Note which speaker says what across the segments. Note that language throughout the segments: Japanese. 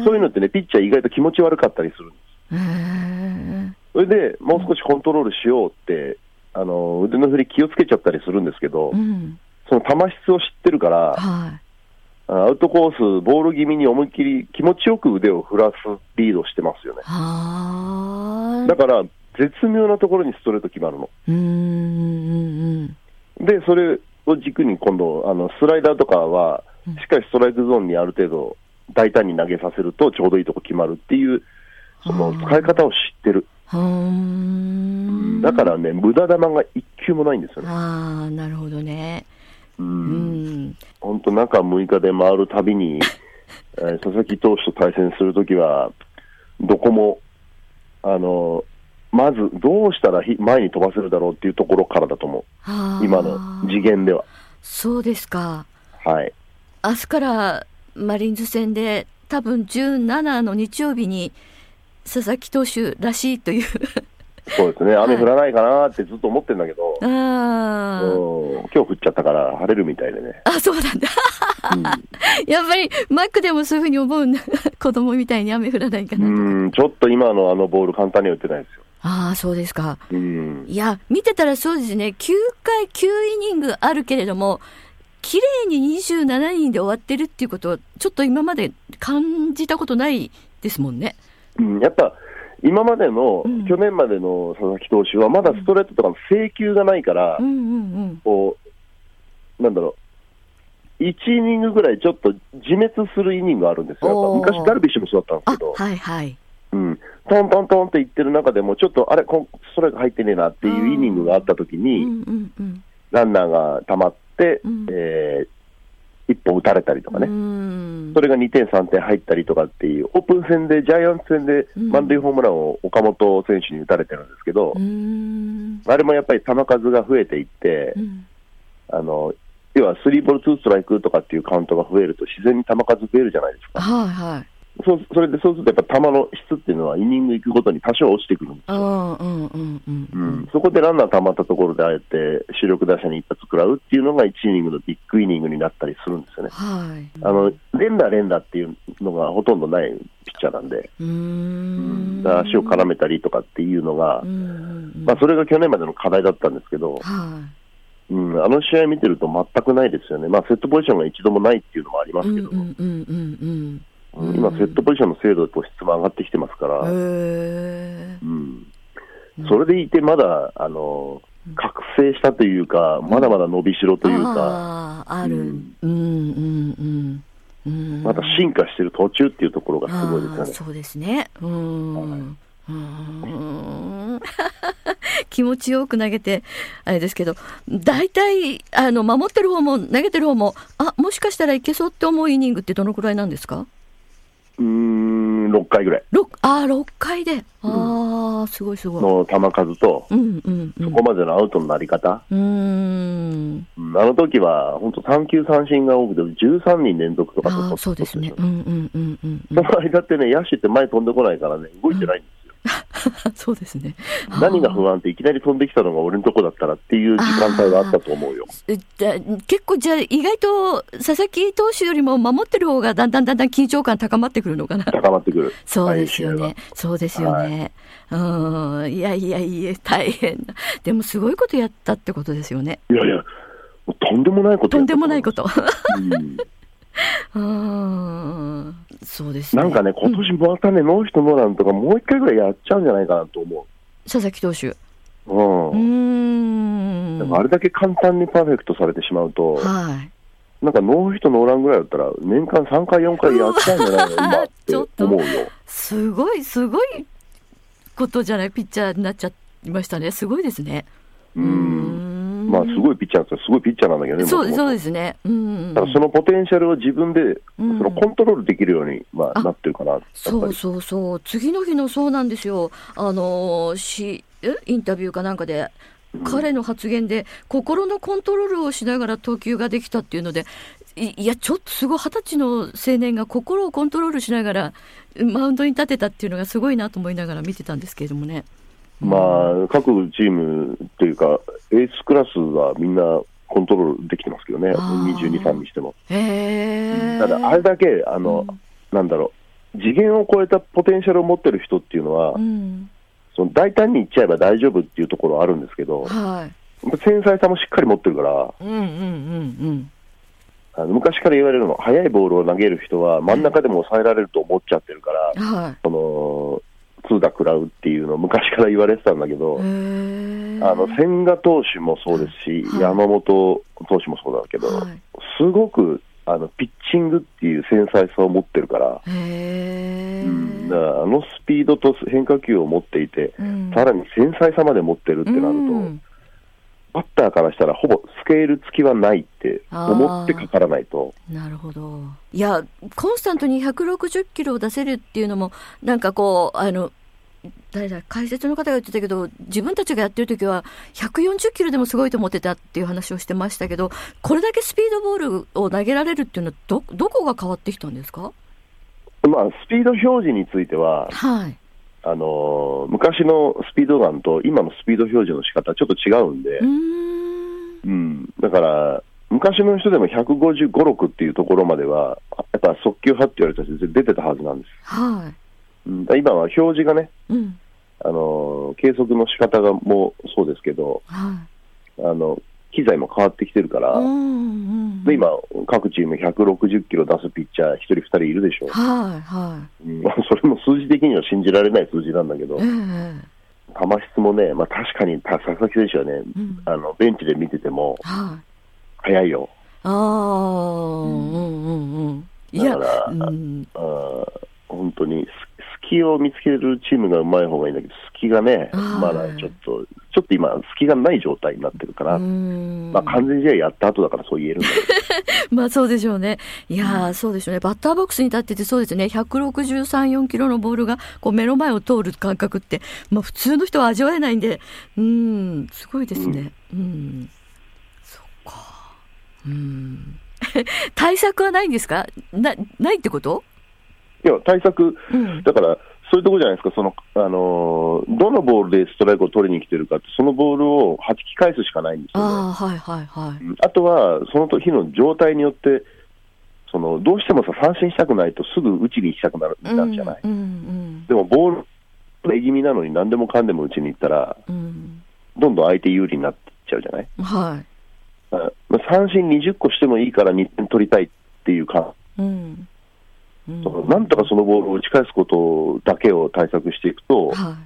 Speaker 1: え。
Speaker 2: そういうのってね、ピッチャー意外と気持ち悪かったりするんです。
Speaker 1: へえ。
Speaker 2: それで、もう少しコントロールしようって、あの、腕の振り気をつけちゃったりするんですけど
Speaker 1: う、ん。
Speaker 2: その球質を知ってるから、
Speaker 1: はい。
Speaker 2: アウトコース、ボール気味に思いっきり気持ちよく腕を振らすリードしてますよね。
Speaker 1: はー
Speaker 2: だ
Speaker 1: い。
Speaker 2: から、絶妙なところにストレート決まるの。
Speaker 1: うーん。
Speaker 2: で、それを軸に今度、あのスライダーとかは、しっかりストライクゾーンにある程度、大胆に投げさせると、ちょうどいいとこ決まるっていう、その
Speaker 1: あー
Speaker 2: 使い方を知ってる。
Speaker 1: うーん。
Speaker 2: だからね、無駄球が一球もないんですよね。
Speaker 1: ああ、なるほどね。
Speaker 2: う。
Speaker 1: うんん。
Speaker 2: 本当、中6日で回るたび に、えー佐々木投手と対戦するときは、どこも、あの、まず、どうしたらひ前に飛ばせるだろうっていうところからだと思
Speaker 1: あ
Speaker 2: う。
Speaker 1: ー
Speaker 2: 今の次元では。
Speaker 1: そうですか。
Speaker 2: はい。
Speaker 1: 明日からマリーンズ戦で、多分17の日曜日に、佐々木投手らしいという。
Speaker 2: そうですね。雨降らないかなってずっと思ってんだけど、
Speaker 1: ああ。
Speaker 2: うん今日降っちゃったから晴れるみたいでね。
Speaker 1: あ、そうなんだ。やっぱり、マックでもそういうふうに思うんだ。子供みたいに雨降らないか
Speaker 2: う
Speaker 1: な。
Speaker 2: ん、うんちょっと今のあのボール簡単には打てないですよ。
Speaker 1: ああ、そうですか。
Speaker 2: うん、
Speaker 1: いや、見てたらそうですね、9回、9イニングあるけれども、綺麗に27人で終わってるっていうことは、ちょっと今まで感じたことないですもんね。
Speaker 2: うんやっぱ今までの、
Speaker 1: うん
Speaker 2: 去年までの佐々木投手はまだストレートとかの制球がないから、
Speaker 1: うんうんうん。
Speaker 2: こう、なんだろう、1イニングぐらいちょっと自滅するイニングがあるんですよ。
Speaker 1: お
Speaker 2: や
Speaker 1: ー
Speaker 2: っぱ昔ダルビッシュもそうだった
Speaker 1: あ
Speaker 2: んですけど、、
Speaker 1: はいはい。
Speaker 2: うん、トントントンっていってる中でも、ちょっとあれ、こんストライク入ってねえなっていうイニングがあった時
Speaker 1: う
Speaker 2: に、
Speaker 1: んうんうん。
Speaker 2: ランナーが溜まって、
Speaker 1: うん
Speaker 2: えー、1本打たれたりとかね、
Speaker 1: うん
Speaker 2: それが2点、3点入ったりとかっていう、オープン戦で、ジャイアンツ戦で
Speaker 1: うん
Speaker 2: 満塁ホームランを岡本選手に打たれてるんですけど、
Speaker 1: うん。
Speaker 2: あれもやっぱり球数が増えていって
Speaker 1: う、ん
Speaker 2: あの要はスリーボール、ツーストライクとかっていうカウントが増えると、自然に球数増えるじゃないですか、
Speaker 1: はいはい。
Speaker 2: そうそれでそうすると、やっぱ球の質っていうのは、イニング行くごとに多少落ちてくるんです
Speaker 1: う
Speaker 2: よ。
Speaker 1: んうんうんうん。
Speaker 2: うん、そこでランナー溜まったところで、あえて主力打者に一発食らうっていうのが、1イニングのビッグイニングになったりするんですよね。
Speaker 1: はい。
Speaker 2: あの連打連打っていうのがほとんどないピッチャーなんで、
Speaker 1: うーん。
Speaker 2: だから足を絡めたりとかっていうのが、
Speaker 1: うんうんうん。
Speaker 2: まあ、それが去年までの課題だったんですけど、
Speaker 1: はい。
Speaker 2: うん、あの試合見てると全くないですよね、まあ、セットポジションが一度もないっていうのもありま
Speaker 1: う
Speaker 2: す
Speaker 1: ん
Speaker 2: け
Speaker 1: う
Speaker 2: ど、
Speaker 1: んうんうんうん。
Speaker 2: うん今、セットポジションの精度と質も上がってきてますから、
Speaker 1: へえ。
Speaker 2: うん、それでいて、まだあの覚醒したというか、まだまだ伸びしろというか、
Speaker 1: ああ、ある。
Speaker 2: うん
Speaker 1: う
Speaker 2: ん、
Speaker 1: うん、うん。うん
Speaker 2: まだ進化してる途中っていうところがすごい
Speaker 1: あ
Speaker 2: で
Speaker 1: あ
Speaker 2: すよね。
Speaker 1: そうですね。うん。うー ん気持ちよく投げて、あれですけど、大体、あの、守ってる方も、投げてる方も、あ、もしかしたらいけそうって思うイニングってどのくらいなんですか
Speaker 2: うーん6回ぐらい
Speaker 1: 六ああ、6回で。ああ、すごいすごい。
Speaker 2: の球数と、
Speaker 1: うん、うん、うん。
Speaker 2: そうこまでのアウトのなり方、
Speaker 1: ーん。
Speaker 2: うんあの時は本当、3球三振が多くて、13人連続とか
Speaker 1: ああ、 そうですね。うん、うん、うん、うん。
Speaker 2: その間ってね、野手って前飛んでこないからね、動いてないんですよ。
Speaker 1: そうですね。
Speaker 2: 何が不安っていきなり飛んできたのが俺のとこだったらっていう時間帯があったと思うよ。
Speaker 1: えだ結構じゃあ意外と佐々木投手よりも守ってる方がだんだんだんだん緊張感高まってくる のかな。
Speaker 2: 高まってくる。
Speaker 1: そうですよ
Speaker 2: ああいう
Speaker 1: ね。そうですよね。うん。いやいやいや、大変な。でもすごいことやったってことですよね。
Speaker 2: 試合は。いやいや、もうとんでもないこと
Speaker 1: と
Speaker 2: や
Speaker 1: ん
Speaker 2: った
Speaker 1: でもな いこと。
Speaker 2: うん
Speaker 1: うん。そうですね。
Speaker 2: なんかね、今
Speaker 1: うん
Speaker 2: 年またね、ノーヒットノーランとかもう一回ぐらいやっちゃうんじゃないかなと思
Speaker 1: 佐々木投手。
Speaker 2: う。うん
Speaker 1: う。ー
Speaker 2: で
Speaker 1: ん。
Speaker 2: もあれだけ簡単にパーフェクトされてしまうと、
Speaker 1: はい。
Speaker 2: なんかノーヒットノーランぐらいだったら、年間3回、4回やっちゃうんじゃないの、今って思うよ。
Speaker 1: すごい、すごいことじゃない、ピッチャーになっちゃいましたね。すごいですね。
Speaker 2: う
Speaker 1: うー
Speaker 2: ん。
Speaker 1: ん
Speaker 2: まあ、すごいピッチャーってすごいピッチャーなんだけどね、
Speaker 1: そう
Speaker 2: もと
Speaker 1: そ
Speaker 2: も
Speaker 1: う
Speaker 2: と
Speaker 1: ですね。うん。
Speaker 2: ただそのポテンシャルを自分で、そ
Speaker 1: うん
Speaker 2: のコントロールできるように、まあ、
Speaker 1: あ
Speaker 2: なってるかな、やっ
Speaker 1: そ
Speaker 2: ぱ
Speaker 1: う
Speaker 2: り。
Speaker 1: そうそう、次の日のそうなんですよ、あのしえインタビューかなんかで、彼の発言で、心のコントロールをしながら投球ができたっていうので、いいや、ちょっとすごい、二十歳の青年が心をコントロールしながら、マウンドに立てたっていうのがすごいなと思いながら見てたんですけれどもね。
Speaker 2: まあ、各チームっていうか、エースクラスはみんなコントロールできてますけどね、
Speaker 1: あー
Speaker 2: 22、3にしても。
Speaker 1: へえ。
Speaker 2: ただ、あれだけ、あの、なんだろう、次元を超えたポテンシャルを持ってる人っていうのは、
Speaker 1: うん、
Speaker 2: その大胆にいっちゃえば大丈夫っていうところはあるんですけど、
Speaker 1: はい。
Speaker 2: 繊細さもしっかり持ってるから、
Speaker 1: うんうんうん
Speaker 2: あの昔から言われるの、速いボールを投げる人は真ん中でも抑えられると思っちゃってるから
Speaker 1: う、ん。はい。
Speaker 2: その、通打食らうっていうのを昔から言われてたんだけど
Speaker 1: へ、え。
Speaker 2: あの、千賀投手もそうですし、
Speaker 1: はい
Speaker 2: 山本投手もそうだけど、
Speaker 1: はい
Speaker 2: すごく、あの、ピッチングっていう繊細さを持ってるから、
Speaker 1: へえ。
Speaker 2: うんだからあのスピードと変化球を持っていて、
Speaker 1: うん
Speaker 2: さらに繊細さまで持ってるってなると、
Speaker 1: うん
Speaker 2: バッターからしたら、ほぼスケール付きはないって思ってかからないと、
Speaker 1: なるほど。いや、コンスタントに160キロを出せるっていうのも、なんかこう、あの、誰だ、解説の方が言ってたけど、自分たちがやってる時は、140キロでもすごいと思ってたっていう話をしてましたけど、これだけスピードボールを投げられるっていうのは、ど、どこが変わってきたんですか
Speaker 2: まあ、スピード表示については、
Speaker 1: はい。
Speaker 2: あのー昔のスピードガンと今のスピード表示の仕方はちょっと違うんで
Speaker 1: う、ーん。
Speaker 2: うん、だから、昔の人でも155、6っていうところまでは、やっぱ速球派って言われた人、出てたはずなんです。
Speaker 1: は
Speaker 2: うん、だから今は表示がね、
Speaker 1: い。うん。
Speaker 2: あのー計測の仕方がもうそうですけど、
Speaker 1: は
Speaker 2: あの機材も変わってきてるから、
Speaker 1: い。うん。
Speaker 2: で、今、各チーム160キロ出すピッチャー、1人、2人いるでしょ、
Speaker 1: はい、は
Speaker 2: うん それも数字的には信じられない数字なんだけど
Speaker 1: い。ええ、
Speaker 2: 球質もね、まあ、確かにた佐々木選手はね、
Speaker 1: うん。
Speaker 2: あのベンチで見てても、
Speaker 1: はい。
Speaker 2: 速いよ、
Speaker 1: ああ、うんうんうん。いや、
Speaker 2: だから
Speaker 1: うん、
Speaker 2: あー本当にす隙を見つけるチームがうまい方がいいんだけど、隙がね、
Speaker 1: はい
Speaker 2: まだちょっと、ちょっと今、隙がない状態になってるから、
Speaker 1: うん
Speaker 2: まあ、完全試合やった後だからそう言えるんだけど、
Speaker 1: まあそうでしょうね。いやー、そうでしょうね。バッターボックスに立っててそうですね。163、4キロのボールがこう目の前を通る感覚って、まあ普通の人は味わえないんで、うん、すごいですね。うん。そっか。うん。 対策はないんですかな、ないってこと
Speaker 2: いや、対策、
Speaker 1: うん。
Speaker 2: だから、そういうところじゃないですか、そのあのーどのボールでストライクを取りに来てるかって、そのボールをはじき返すしかないんですよね、
Speaker 1: ああ、はいはいはい。
Speaker 2: うんあとは、その時の状態によって、そのどうしてもさ三振したくないと、すぐ打ちに行きたくなるなんじゃない、
Speaker 1: うんうん
Speaker 2: でもボール、え気味なのに、何でもかんでも打ちに行ったら、
Speaker 1: うん。
Speaker 2: どんどん相手有利になっていっちゃうじゃない、
Speaker 1: うん。は
Speaker 2: あまあ三振20個してもいいから2点取りたいっていうか、
Speaker 1: い。うん。うん
Speaker 2: そのなんとかそのボールを打ち返すことだけを対策していくと、
Speaker 1: は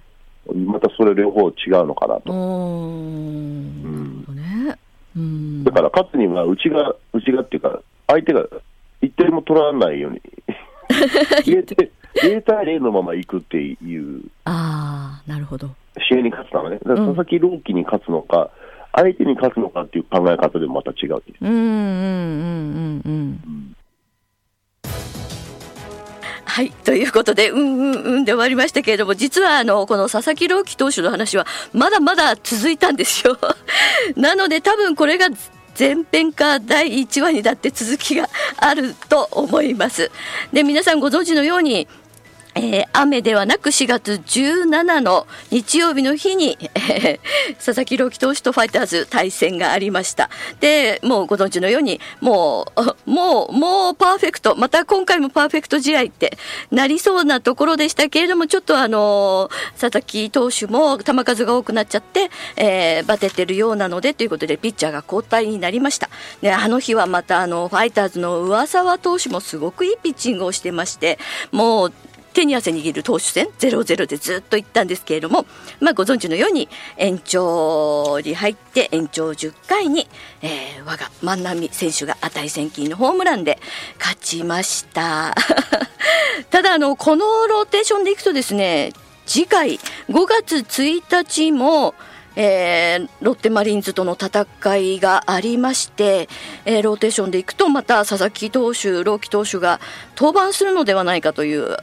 Speaker 1: い。
Speaker 2: またそれ両方違うのかな
Speaker 1: うー
Speaker 2: と。
Speaker 1: ん。なるほどね。うん。
Speaker 2: だから勝つには、うちが、うちがっていうか、相手が1点も取らないように、0対0のまま行くっていう
Speaker 1: ああ、なるほど。
Speaker 2: 試合に勝つためね、だから
Speaker 1: うん
Speaker 2: 佐々木朗希に勝つのか、相手に勝つのかっていう考え方でもまた違うっていう
Speaker 1: うんうんうんうんうん。はい。ということで、うんうんうんで終わりましたけれども、実はあの、この佐々木朗希投手の話は、まだまだ続いたんですよ。なので、多分これが前編か第1話にだって続きがあると思います。で、皆さんご存知のように、えー雨ではなく4月17の日曜日の日に、 えー佐々木朗希投手とファイターズ対戦がありました。で、もうご存知のように、もう、あ もう、もうパーフェクト、また今回もパーフェクト試合ってなりそうなところでしたけれども、ちょっとあのー佐々木投手も球数が多くなっちゃって、えーバテてるようなのでということで、ピッチャーが交代になりました。ね、あの日はまたあの、ファイターズの上沢投手もすごくいいピッチングをしてまして、もう、手に汗握る投手戦0-0でずっといったんですけれども、まあ、ご存知のように延長に入って延長10回に、えー我が万波選手が値千金のホームランで勝ちました ただあのこのローテーションでいくとですね次回5月1日もえーロッテマリーンズとの戦いがありまして、えーローテーションでいくとまた佐々木投手、朗希投手が登板するのではないかという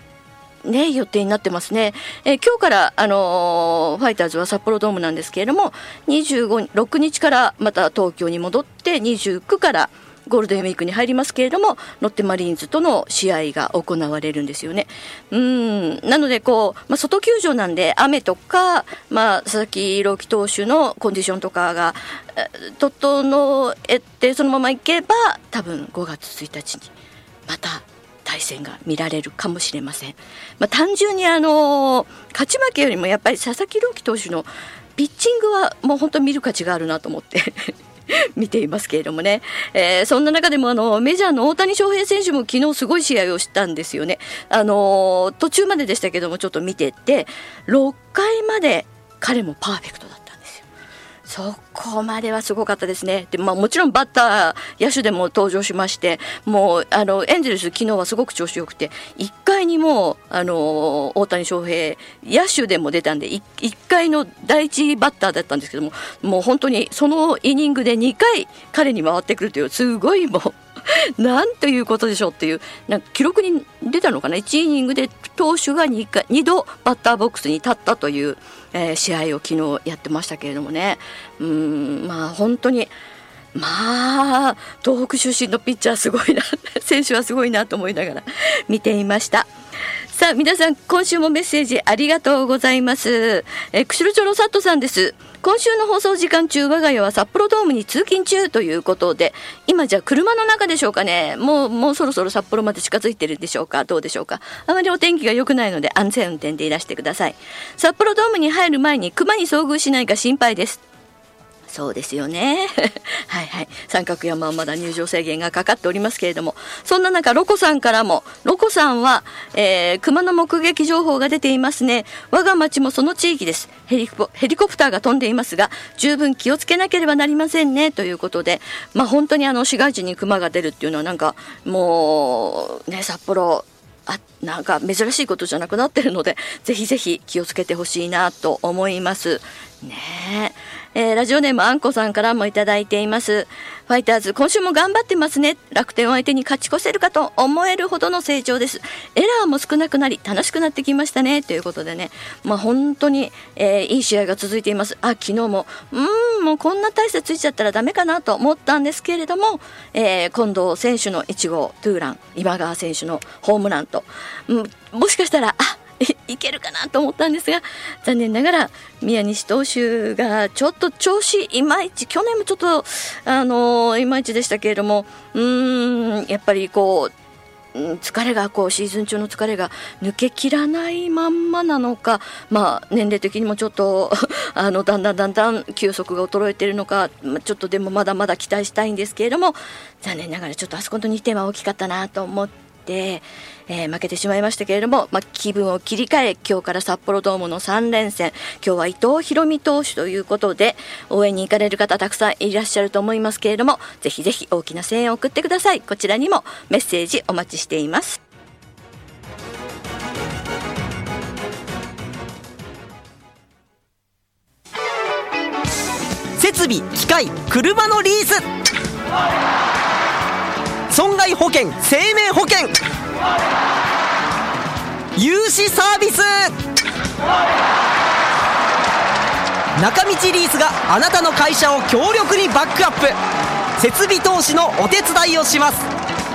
Speaker 1: ね、予定になってますね、えー今日から、あのーファイターズは札幌ドームなんですけれども25 6日からまた東京に戻って29からゴールデンウィークに入りますけれどもロッテマリーンズとの試合が行われるんですよね。うんなのでこう、まあ、外球場なんで雨とか、まあ、佐々木朗希投手のコンディションとかがえー整えてそのまま行けば多分5月1日にまた対戦が見られるかもしれません、まあ、単純にあの勝ち負けよりもやっぱり佐々木朗希投手のピッチングはもう本当見る価値があるなと思って 見ていますけれどもね、えーそんな中でもあのメジャーの大谷翔平選手も昨日すごい試合をしたんですよね、あの途中まででしたけどもちょっと見てて6回まで彼もパーフェクトだったんですよ。そこまではすごかったですね。で、まあもちろんバッター、野手でも登場しまして、もう、あの、エンゼルス昨日はすごく調子良くて、1回にもう、あの、大谷翔平、野手でも出たんで、1, 回の第1バッターだったんですけども、もう本当にそのイニングで2回彼に回ってくるという、すごいもう、 なんということでしょうっていう、なんか記録に出たのかな、1イニングで投手が 2, 回2度バッターボックスに立ったという、えー試合を昨日やってましたけれどもね、うーん、まあ本当に、まあ、東北出身のピッチャーすごいな、選手はすごいなと思いながら 見ていました。さあ、皆さん、今週もメッセージありがとうございます。えー、釧路町の佐藤さんです。今週の放送時間中、我が家は札幌ドームに通勤中ということで、今じゃあ車の中でしょうかね。もう、もうそろそろ札幌まで近づいてるでしょうか。どうでしょうか。あまりお天気が良くないので、安全運転でいらしてください。札幌ドームに入る前に熊に遭遇しないか心配です。そうですよね。 はいはい。三角山はまだ入場制限がかかっておりますけれども、そんな中、ロコさんからも、ロコさんは、えー熊の目撃情報が出ていますね。我が町もその地域です。ヘリコヘリコプターが飛んでいますが、十分気をつけなければなりませんね。ということで、まあ本当にあの市街地に熊が出るっていうのはなんか、もう、ね、札幌、あなんか珍しいことじゃなくなってるので ぜひぜひ気をつけてほしいなと思いますねええーラジオネームあんこさんからもいただいていますファイターズ今週も頑張ってますね楽天を相手に勝ち越せるかと思えるほどの成長ですエラーも少なくなり楽しくなってきましたねということでねまあ本当に、えーいい試合が続いていますあ昨日もうーんもうこんな大差ついちゃったらダメかなと思ったんですけれども、えー近藤選手の1号トゥーラン今川選手のホームランと、うん、もしかしたらあいいけるかなと思ったんですが残念ながら宮西投手がちょっと調子いまいち去年もちょっと、あのーいまいちでしたけれどもうーんやっぱりこううん疲れがこうシーズン中の疲れが抜けきらないまんまなのか、まあ、年齢的にもちょっと あのだんだんだんだん球速が衰えているのか、まあちょっとでもまだまだ期待したいんですけれども残念ながらちょっとあそこの2点は大きかったなと思って。えー負けてしまいましたけれども、まあ、気分を切り替え今日から札幌ドームの3連戦今日は伊藤博美投手ということで応援に行かれる方たくさんいらっしゃると思いますけれどもぜひぜひ大きな声援を送ってくださいこちらにもメッセージお待ちしています
Speaker 3: 設備機械車のリース損害保険生命保険融資サービス中道リースがあなたの会社を強力にバックアップ設備投資のお手伝いをします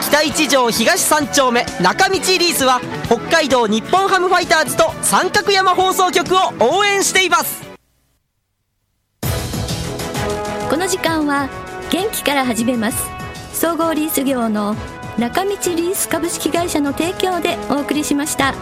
Speaker 3: 北一条東三丁目中道リースは北海道日本ハムファイターズと三角山放送局を応援しています
Speaker 1: この時間は元気から始めます総合リース業の中道リース株式会社の提供でお送りしました。